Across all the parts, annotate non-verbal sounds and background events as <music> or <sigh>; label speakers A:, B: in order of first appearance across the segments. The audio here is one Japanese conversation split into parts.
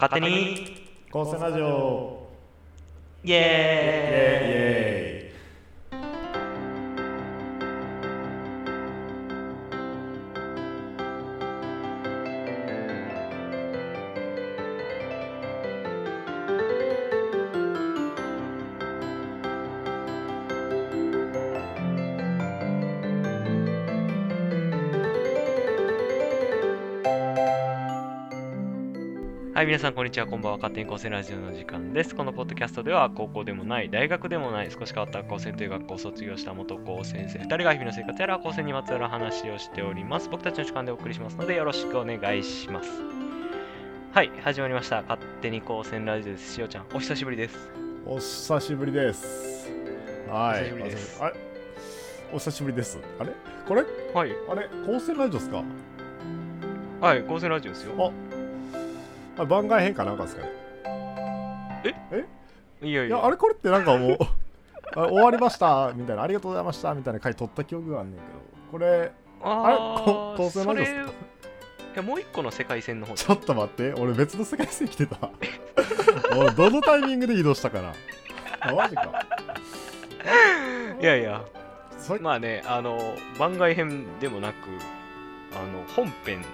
A: 勝手に
B: 高専ラジオ
A: イエーイ
B: エーイイエ
A: はい皆さんこんにちはこんばんは勝手に高専ラジオの時間ですこのポッドキャストでは高校でもない大学でもない少し変わった高専という学校を卒業した元高専生2人が日々の生活やら高専にまつわる話をしております僕たちの主観でお送りしますのでよろしくお願いしますはい始まりました勝手に高専ラジオですしおちゃんお久しぶりです
B: ーイお久しぶりですは
A: お
B: い
A: 久しぶりです
B: あれお久しぶりですあれこれ
A: はい
B: あれ高専ラジオですか
A: はい高専ラジオですよ
B: あれ番外編かなんかですかね
A: いやい
B: い
A: や
B: やあれこれってなんかもう <laughs> あ終わりましたみたいなありがとうございましたみたいな回撮った記憶があんねんけどこれ
A: あ
B: あれこ高専ラジオっす
A: それ
B: か
A: いやもう一個の世界線の方
B: ちょっと待って俺別の世界線来てた <laughs> 俺どのタイミングで移動したかなあマジか
A: <laughs> いやいや
B: そ
A: まあね、あの番外編でもなく、あの本編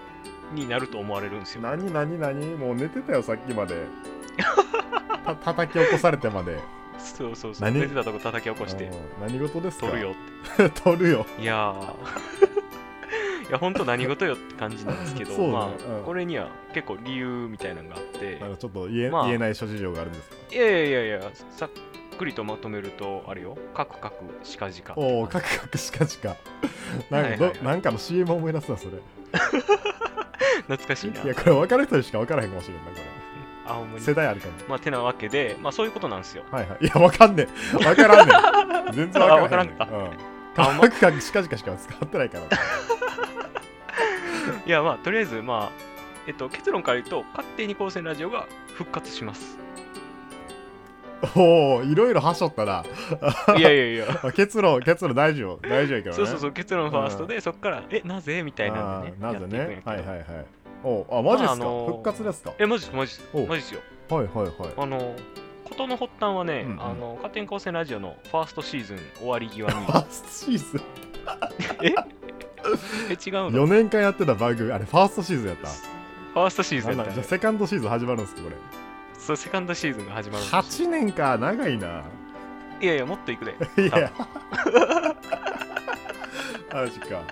A: になると思われるんですよ。
B: 何何何もう寝てたよさっきまでた叩き起こされてまで
A: そうそうそう、
B: 何
A: 出てたとこ叩き起こして
B: うん、何事ですか
A: 撮る
B: <laughs>
A: よ
B: 撮るよ
A: って。いや
B: <laughs>
A: ー、いや、本当何事よって感じなんですけど、
B: そうね
A: まあ、
B: うん
A: これには結構理由みたいなのがあって
B: なん、かちょっと言え,、
A: まあ
B: 言えない諸事情があるんですか
A: いやいやいやいや、さっくりとまとめると、あれよ、カクカクしかじか。
B: おおカクカクしかし
A: <laughs>
B: かな
A: はい
B: んかど、
A: はいはい
B: なんかの CM 思い出すなそれ。
A: 懐かしいない
B: やこれ分かる人にしか分からへんかもしれんないこ
A: あ、ほんま
B: れ
A: に
B: 世。代あるかも
A: まあ、てなわけで、まあ、そういうことなんですよ。
B: はいはいいや分かんねえ分から
A: <laughs>
B: んねえ全然分からんねえ
A: あ分
B: うん
A: あほんま
B: カクカクしかしかしか使ってないから
A: いや、まあ、とりあえず、まあ、えっと、結論から言うと、勝手に高専ラジオが復活します。
B: おおいろいろはしょったない
A: やいや <laughs> いや、
B: あ結論結論大丈夫大丈夫やからね
A: そうそうそう、結論ファーストで、そっから、え、なぜみたいなんでね。
B: あーなぜ
A: やってい
B: ね
A: くん
B: は
A: や
B: い
A: けど
B: はいはいおうあマジっす
A: まあ
B: か、
A: あのー
B: 復活ですか
A: え、マジです、マジです、
B: おう
A: マジですよ。
B: は
A: <laughs>
B: いはいはい
A: あの、事の発端はね、
B: うんうん
A: あの、勝手に高専ラジオのファーストシーズン終わり際に
B: <laughs> フ、ァーストシーズン
A: え、違うの
B: 4年間やってた番組あれファーストシーズンやった
A: ファーストシーズ
B: なん
A: ンや
B: だ
A: った
B: じゃあ
A: ね。
B: セカンドシーズン始まるんですかこれ
A: そう、セカンドシーズンが始まるんです。
B: 8年か長いな
A: いやいや、もっといくで。
B: いや <laughs> マジかほうほ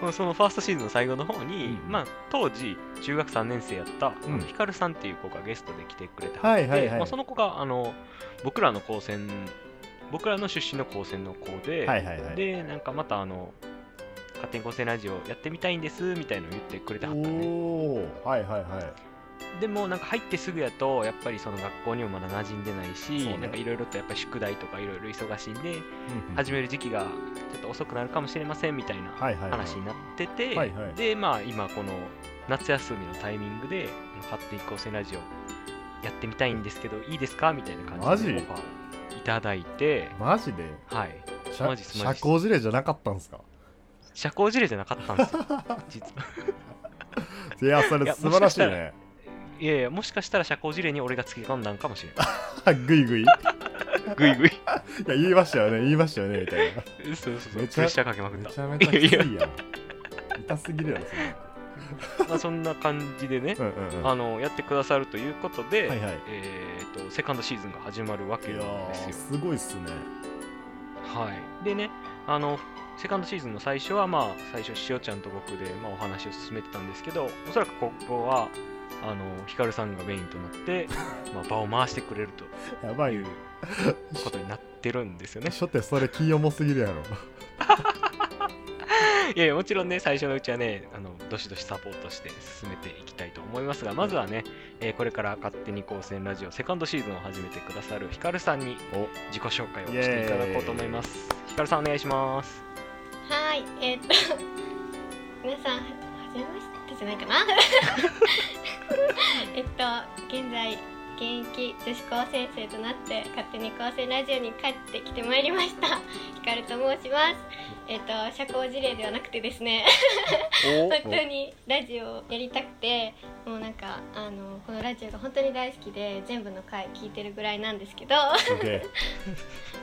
B: う
A: もうそのファーストシーズンの最後の方に、
B: うん
A: まあ、当時中学3年生やった、
B: うん
A: ひかるさんっていう子がゲストで来てくれて
B: はい
A: って
B: はいはい
A: まあ、その子があの僕らの高専僕らの出身の高専の子で、
B: はいはいはい
A: でなんかまたあの勝手に高専ラジオやってみたいんですみたいのを言ってくれてはったね
B: おおはいはいはい
A: でもなんか入ってすぐやとやっぱりその学校にもまだ馴染んでないし、
B: そうね
A: なんかいろいろとやっぱり宿題とかいろいろ忙しいんで、
B: うんうん
A: 始める時期がちょっと遅くなるかもしれませんみたいな
B: はいはいはい
A: 話になってて、
B: はいはい
A: でまあ今この夏休みのタイミングで「勝手に高専ラジオ」やってみたいんですけどいいですかみたいな感じで
B: マ
A: オ
B: ジ
A: ファーいただいて
B: マジで
A: はい
B: 社
A: マジっすマジ
B: 社
A: っす
B: 交辞令じゃなかったんですか
A: 社交辞令じゃなかったん
B: <laughs>
A: ですよ実はい
B: やそれ素晴らしいね
A: いやいやもしかしたら社交辞令に俺が突き込んだんかもしれない
B: グイグイい
A: グイグイ
B: や言いましたよね言いましたよねみたいな
A: そうそうそうプレ
B: め
A: ッ
B: ちゃ
A: シャーかけまくっ
B: <laughs> め
A: た
B: ちゃめちゃきついやん。痛すぎるやろ、それ。
A: まあ、そんな感じでね、
B: うんうんうん。
A: あ
B: は
A: のやってくださるということで、
B: いはい。い
A: えー、とセカンドシーズンが始まるわけ
B: や
A: なんです
B: ー、
A: よ
B: すごいっすね。
A: はい、でねあのセカンドシーズンの最初は、まあ、最初しおちゃんと僕で、まあ、お話を進めてたんですけどおそらくここはあのヒカルさんがメインとな <laughs> って、まあ、場を回してくれると
B: やばい
A: いう。ことになってるん <laughs> ですよね。
B: 初手それ気重すぎるやろ。
A: いやいやもちろんね最初のうちはねあのどしどしサポートして進めていきたいと思いますがまずはね、えーこれから「勝手に高専ラジオ」セカンドシーズンを始めてくださるヒカルさんに
B: お
A: 自己紹介をしていただこうと思います。ヒカルさんお願いします。
C: はい、えーっと、 <laughs> 皆さん、は <laughs> じめましてじゃないかな。えっと、現在、現役女子高先生となって勝手に高専ラジオに帰ってきてまいりま
A: <laughs>
C: したひかると申しますえっ、と社交辞令ではなくてですね
A: お
C: 本当にラジオをやりたくてもうなんかあのこのラジオが本当に大好きで全部の回聞いてるぐらいなんですけど
B: すげえ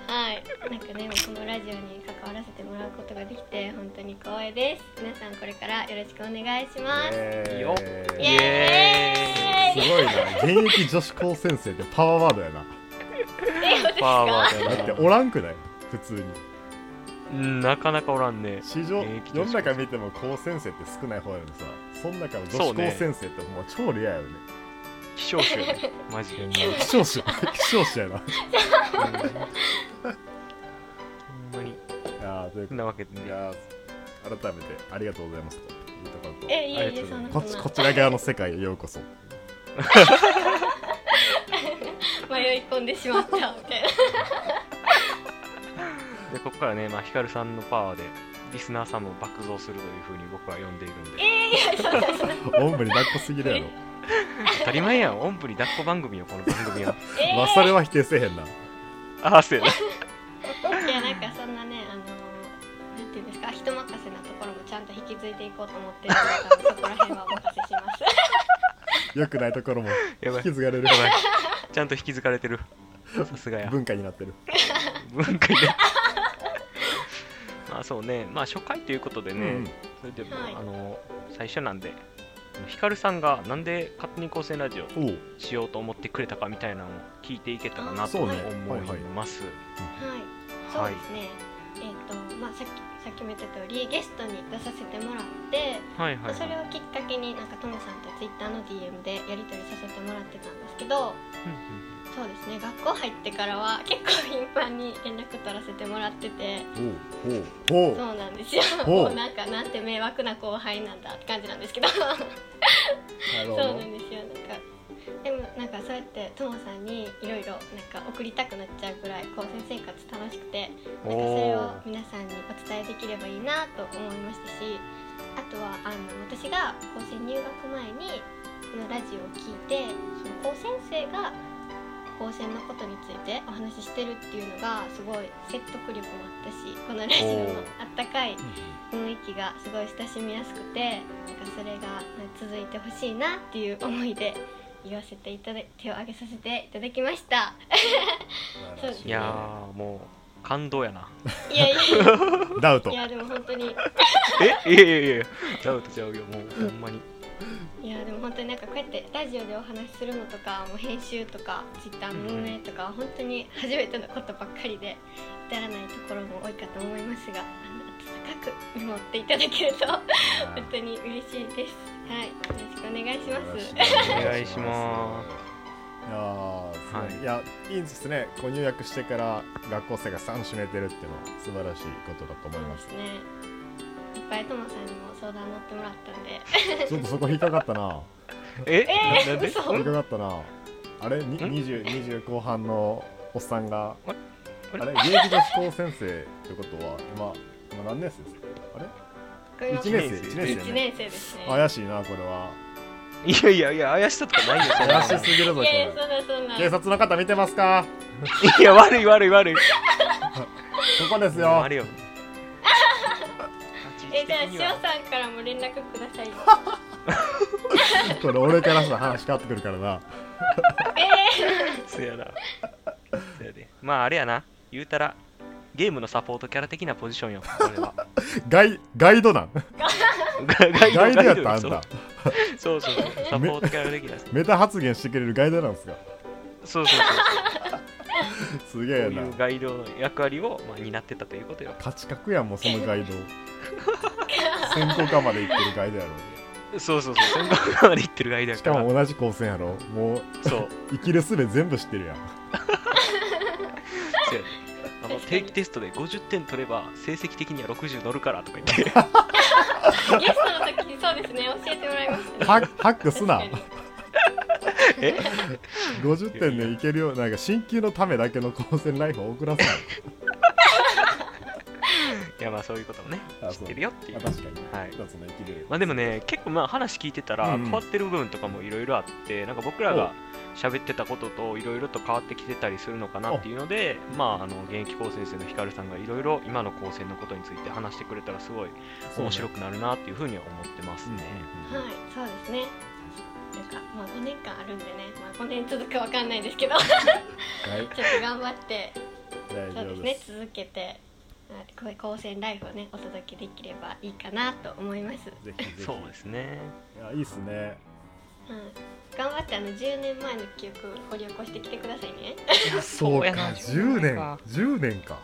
C: はい、なんかね、もうこのラジオに関わらせてもらうことができて、本当に光栄です。皆さん、これからよろしくお願いします。
A: いい
B: え
A: よ
C: イ
A: イエ
C: エ
B: す
C: ーイ。
B: ごいな現役女子高先生ってパワーワードやな
C: え、私
A: パワ
C: か。
A: ー
B: だ
A: だ
B: <laughs> って
A: な
B: おらんくない普通に
A: うんなかなかおらんね
B: 市場
A: 現役女
B: 世の
A: 子高
B: 中見ても高先生って少ない方やのにさその中の女
A: そ
B: 子
A: うね
B: 高先生ってもう超レア
C: <laughs>
B: よね
A: 希少種や <laughs> ねマジで
B: 希少種希少種やな
A: ほんまに
B: いやーという
A: そ
B: こ
A: んなわけで
B: とでい
A: ね
B: やー改めてありがとうございますというところと
C: え、いえい
A: あり
C: え、
A: が
C: そ
A: とうござい
C: んな
A: ま
B: こ
C: こ
B: っち
C: と
B: こちら側の世界へようこ
C: <laughs>
B: そ
C: ない。迷い込んでしまったみたいな。
A: でここからね、まあ、ヒカルさんのパワーでリスナーさんも爆増するというふうに僕は呼んでいるんで
B: おんぶに抱っこすぎるやろ
A: 当たり前やんおんぶに抱っこ番組よこの番組は
C: え
B: まあそれは否定せえへんな
A: <laughs> ああそうやな
C: ー、いや、なんか、そんなね、あのー、なんていうんですか、人任せなところもちゃんと引き継いでいこうと思ってるので、そこら辺はお任せ
A: <laughs>
C: します。
B: よくないところも
A: やばい
B: 引き継がれる
A: やばいちゃんと引き継がれてるさすがや
B: 文化になってる
A: 文化になまあそうねまあ初回ということでね、
B: うん
A: それでも、
C: はい
A: あの最初なんでヒカルさんがなんで勝手に高専ラジオ
B: おう
A: しようと思ってくれたかみたいなのを聞いていけたらなと
B: そう
A: 思
B: ね
A: い
B: はいはい
A: ます、
C: はい、そう
A: はい
C: ですね。えっ、と、まあ、さっき、さっきも言った通り、ゲストに出させてもらって。
A: はいはいはい
C: それをきっかけになんかトムさんとツイッターの DM でやり取りさせてもらってたんですけ
A: う
C: ど
A: んうん
C: そうですね学校入ってからは結構頻繁に連絡取らせてもらってて
B: おうおうおう
C: そうなんですよ
B: ほう
C: <laughs> もうなんかなんて迷惑な後輩なんだって感じなんですけど
B: なるほ
C: そう
B: ど
C: なんですよなんかでもなんかそうやってトモさんにいろいろなんか送りたくなっちゃうぐらい高専生活楽しくてなんかそれを
A: ー
C: 皆さんにお伝えできればいいなと思いましたしあとはあの私が高専入学前にこのラジオを聞いてその高専生が高専のことについてお話ししてるっていうのがすごい説得力もあったしこのラジオの
A: おー
C: あったかい雰囲気がすごい親しみやすくてなんかそれが続いてほしいなっていう思いで言わせていただ手を挙げさせていただきました。
B: 素晴らし
C: そう
A: いやーもう感動やない
C: やいやいや
B: ダウト
C: いやでも本当に
A: <laughs> えいやいやいやちゃうとちゃうよもうほんまに
C: いやでも本当になんかこうやってラジオでお話しするのとかもう編集とかツイッターの運営とかは本当に初めてのことばっかりで至らないところも多いかと思いますがあの温かく見守っていただけると本当に嬉しいですはいよろしくお願いします
A: お願いします
B: いやーすごい,、
A: はい
B: い、やいいんですねこう入学してから学校生が楽しめてるっていうのは素晴らしいことだと思い
C: <laughs>
B: ます
C: そうですねいっぱいともさんにも相談乗ってもらっ
B: <laughs>
C: たんで
B: ちょっとそこ引っかかったな
A: え
C: え
A: な
C: ー
A: なんで
C: 嘘
B: 引っかかったなあれに
A: ん
B: 20, 20後半のおっさんが
A: あれ
B: あ
A: あ
B: れ
A: れ
B: 現役女子高先生ってことは今今何年生ですかあれ
C: これは
B: 一
A: 年生
B: 一
A: 生
C: 一年生ですね
B: 怪しいなこれはい
A: やいやいや怪しさとかないよそんなの
B: 怪しすぎるぞこ
C: いやいや
B: れ
C: そんなそんな
B: 警察の方見てますか
A: いや悪い悪い悪い
B: ここです
A: もう
B: よ
A: あれよ
C: <laughs> えじゃあしおさんからも連絡くださいよ
B: これ俺からしたら話変わってくるからな
A: そやなそやでまああれやな言うたらゲームのサポートキャラ的なポジションよこれ <laughs> は
B: ガイガイドなん
A: ガガイド
B: ガイドやったあ
A: ガイ
B: ん
A: ド
B: た
A: そうそうそうサポートキャラ的なそう
B: メタ発言してくれるガイドなんですか
A: そうそう
B: す
A: そう
B: げえな
A: いうガイドの役割を、まあ、担ってたということよ
B: 価値格やんもうそのガイド選考課まで行ってるガイドやろ
A: そうそうそう専門家まで行ってるガイドや
B: し
A: か
B: からも同じ高専やろもう
A: そう
B: 生きる術全部知ってるやん
A: そうやねあの
C: 確かに
A: 定期テストで50点取れば成績的には60乗るからとか言って
B: <laughs>
C: ゲストの時にそうですね教えてもらいましたね
B: ハ <laughs> ッハックすな
C: 確かに
A: え
B: 50点でいけるようなんか進級のためだけの高専ライフを送らせない
A: やまあそういうこともね
B: あ
A: 知ってるよっていう
B: あ確かに
A: はい
B: 一つの生きる
A: まあでもね結構まあ話聞いてたら
B: うんうん
A: 変わってる部分とかもいろいろあって、なんか僕らが喋ってたことといろいろと変わってきてたりするのかなっていうのでまああの現役高専生のひかるさんがいろいろ今の高専のことについて話してくれたらすごい面白
B: く
A: くなるなっていうふうには思ってますね。
C: はい、そうですね。なんか、まあ、5年間あるんでね、まあ、5年続くかわかんないです
B: <laughs>
C: けど、ちょっ
B: はい
C: と頑張って、
B: 大
C: そう
B: 丈
C: で
B: 夫
C: す
B: で
C: ね
B: す、
C: 続けて、まあこういう高専ライフをね、お届けできればいいかなと思います。
B: ぜひぜひ
A: そうですね。
B: いやいいっすね
C: うん、頑張って、あの、10年前の記憶、掘り起こしてきてくださいね。
A: そうやな
B: 10年10年か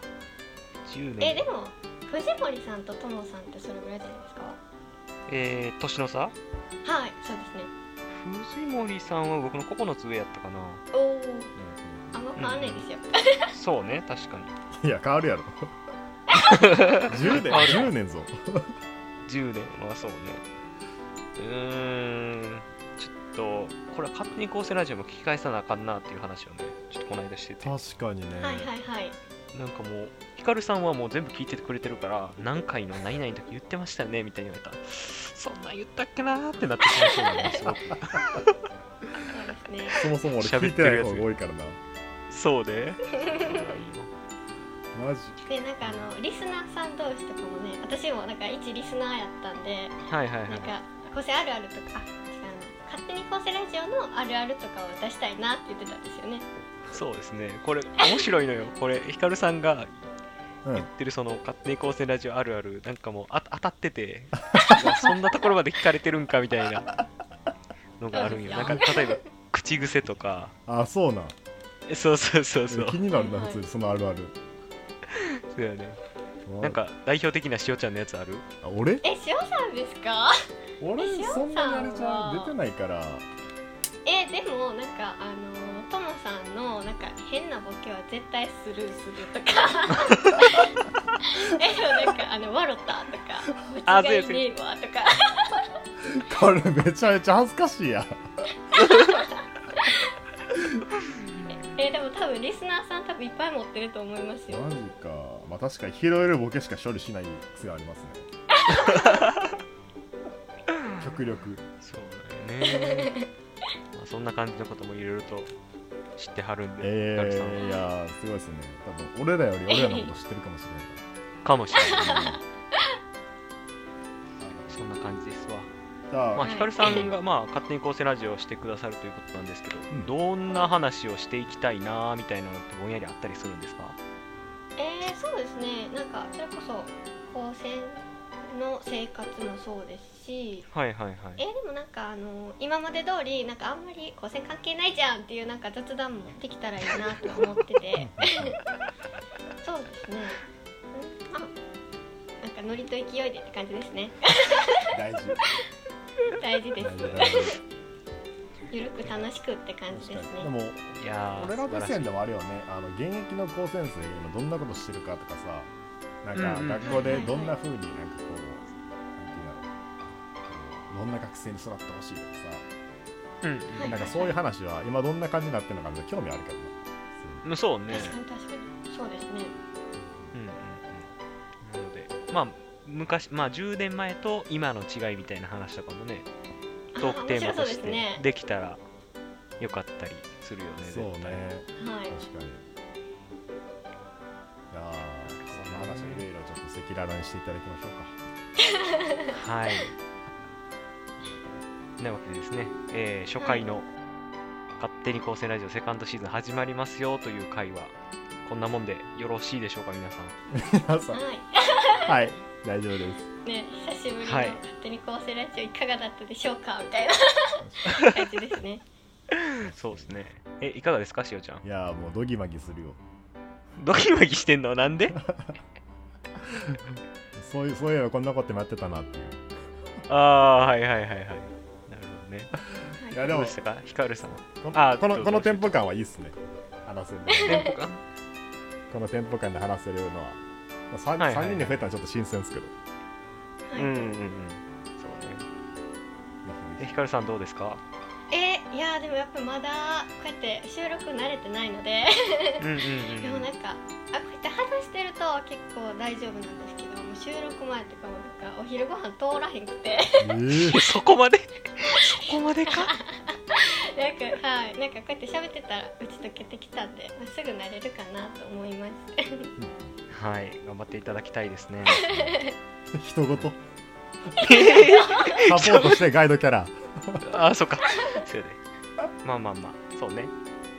A: 10
C: え、で
A: 年。
C: も、藤森さんとともさんってそれぐらいじゃないですか
A: えー、年の差
C: はい、そうですね。
A: 藤森さんは僕の9つ上やったかな。
C: おお、あんま変わんないですよ。
A: そうね、確かに。
B: いや変わるや
A: <laughs>
B: ろ10年10年ぞ
A: 10年はそうねうーんちょっとこれは勝手に構成ラジオも聞き返さなあかんなっていう話をねちょっとこの間してて
B: 確かにね、
C: はいはいはい。
A: なんかもうヒカルさんはもう全部聞いててくれてるから何回の何々の時言ってましたよねみたいに言われたそんなん言ったっけなーってなってしまいそうなん <laughs> ですごく
C: そうですね。
B: そもそも俺聞いてない方が多いからな
A: そう
C: <laughs>
A: ね
B: マジ
C: でなんかあのリスナーさん同士とかもね私もなんか一リスナーやったんで
A: はいはいはい
C: なんか個性あるあるとかあ違うな勝手に個性ラジオのあるあるとかを出したいなって言ってたんですよね
A: そうですねこれ面白いのよこれヒカルさんが
B: うん
A: 言ってるその勝手に高専ラジオあるあるなんかもうあ当たって
C: <laughs>
A: てうわそんなところまで聞かれてるんかみたいなのがあるんよなんか例えば口癖とか
B: あそうなん
A: えそうそうそうそう
B: 気になるな
C: はいはい
B: 普通にそのあるある
A: そうやねなんか代表的なしおちゃんのやつある
B: あ俺
C: え塩さんですか
B: 俺
C: え
B: そんなにあれ
C: しお
B: じ
C: さ
B: ゃ
C: ん
B: ん
C: は
B: 出てないから
C: えでもなんかあのともさんのなんか変なボケは絶対スルーするとかえでもなんかあの笑ったとか
A: あ
C: 間違いねえわとか
B: これめちゃめちゃ恥ずかしい
C: <laughs>
B: やん
C: えでも多分リスナーさん多分いっぱい持ってると思いますよ
B: マジかまあ確かに拾えるボケしか処理しない癖があり
A: <laughs>
B: ますね極力
A: そうだよ
C: <laughs>
A: ねまあそんな感じのこともいろいろと知ってはるんで、ヒカルさんは
B: えー、いやーすごいですね多分俺らより俺らのこと知ってるかもしれない
A: <laughs> かもしれない
B: か
A: そんな感じですわ
B: ら
A: まあ、
B: じゃ
A: ひかるさんが、まあ、勝手に構成ラジオをしてくださるということなんですけど、
B: ん
A: どんな話をしていきたいなーみたいなのってぼんやりあったりするんですか
C: えー、そうですねなんかそれこそ高専の生活もそうですし
A: はいはいはい
C: えー、でもなんかあの今まで通りなんかあんまり高専関係ないじゃんっていうなんか雑談もできたらいいなと思っててそうですねうんあなんかノリと勢いでって感じですね <laughs>
B: あ大事
C: 大事で
B: 大
C: す
B: 事大事
C: ゆるく楽しくって感じ
B: 確
C: です
B: かにで
C: ね
B: も
A: いやー
B: 俺ら目
A: 素晴
B: 線
A: らし
B: でもあるよねあの現役の高専生が今どんなことしてるかとかさなん
A: うんうん
B: か学校でどんな風になんかこうなんていうんだろうどんな学生に育ってほしいとか
A: いうん
C: は
B: さ
C: い
B: なんかそういう話は今どんな感じになってるのか興味あるけどね
A: うんそうね、
C: 確かに確かにそうですね
A: うんうんうん、なのでまあ昔まあ10年前と今の違いみたいな話とかもね
C: あ
A: トークテーマ
C: 面
A: と
C: 白そうで
A: し
C: す
A: て
C: ね
A: できたらよかったりするよね
B: そうね
A: 絶対
C: はい
B: 確かにいやーそんな話をいろいろちょっと赤裸々にしていただきましょうか
A: はい。なわけでですね、えー初回の勝手に構成ラジオセカンドシーズン始まりますよという回は、こんなもんでよろしいでしょうか、皆さん。
B: 皆 <laughs> さん
C: はい
B: はい大丈夫です
C: ね、久しぶりの
A: はい
C: 勝手に構成ラジオいかがだったでしょうかみたい
A: <laughs>
C: な感じですね。
A: そうですね。え、いかがですか、しおちゃん。
B: いやーもうドギマギするよ
A: ドキドキしてんのなん <laughs> で
B: そういうそういえばこんなこと待ってたなっていう
A: ああ、はいはいはいはい。なるほどね。
B: いやで
A: どう
B: も
A: でしたか、ヒカルさん。
B: こ
A: あ
B: こ
A: ど
B: の
A: うぞ
B: このテンポ感はいいっすね話
A: <laughs>
B: せる
A: テンポ感
B: このテンポ感で話せるのは、まあ、3,
A: はいはい
B: 人で増えたのはちょっと新鮮ですけどぜ
A: う
C: はい
A: んうんうん。そうね。え、
B: ひぜ
A: ヒカルさんどうですか
C: えいやでもやっぱまだこうやって収録慣れてないので
A: うんうん
C: でもなんかあこうやって話してると結構大丈夫なんですけどもう収録前とかもなんかお昼ご飯通らへんくて
B: <laughs> え
C: <laughs>
B: ー、
A: そこ <laughs> までそこまでか
C: なんかはいなんかこうやって喋ってたら打ち解けてきたんで、まあ、すぐ慣れるかなと思います
A: はい頑張っていただきたい <laughs> ですね
B: 人ごとサポートしてガイドキャラ
A: <laughs> あそっかそうねまあまあまあそうね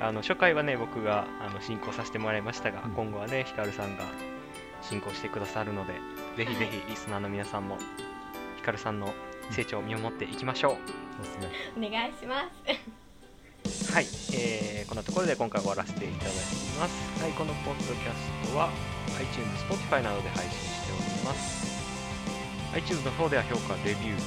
A: あの初回はね僕があの進行させてもらいましたが、
B: うん
A: 今後はねヒカルさんが進行してくださるのでぜひぜひリスナーの皆さんもヒカルさんの成長を見守っていきましょう
B: そうですね
C: お願いします
A: はい、えーこんなところで今回終わらせていただきます。はい、このポッドキャストは iTunes、Spotify などで配信しております。iTunes の方では評価、レビュー、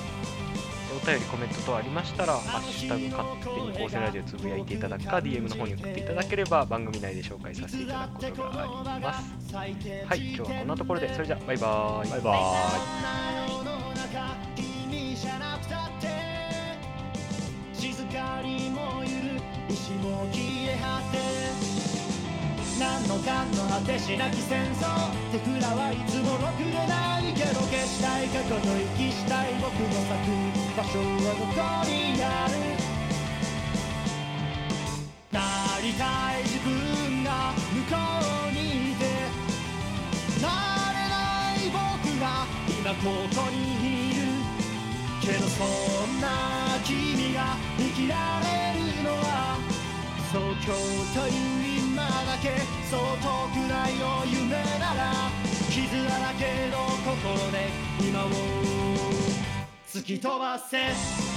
A: お便り、コメント等ありましたら、ハッシュタグ勝手に構成ラジオつぶやいていただくか、DM の方に送っていただければ番組内で紹介させていただくことがあります。はい、今日はこんなところで、それじゃあバイバーイ。
B: バイバーイ
D: 世の中意味じゃなくたって静かにもいる石も消え果て何のかの果てしなき戦争手くらはいつもろくれないけど消したい過去と息したい僕の咲く場所はどこにあるなりたい自分が向こうにいて慣れない僕が今ここにいるけどそんな君が生きられるのはそう今日という今だけそう遠くないよ夢なら傷だらけの心で今を突き飛ばせ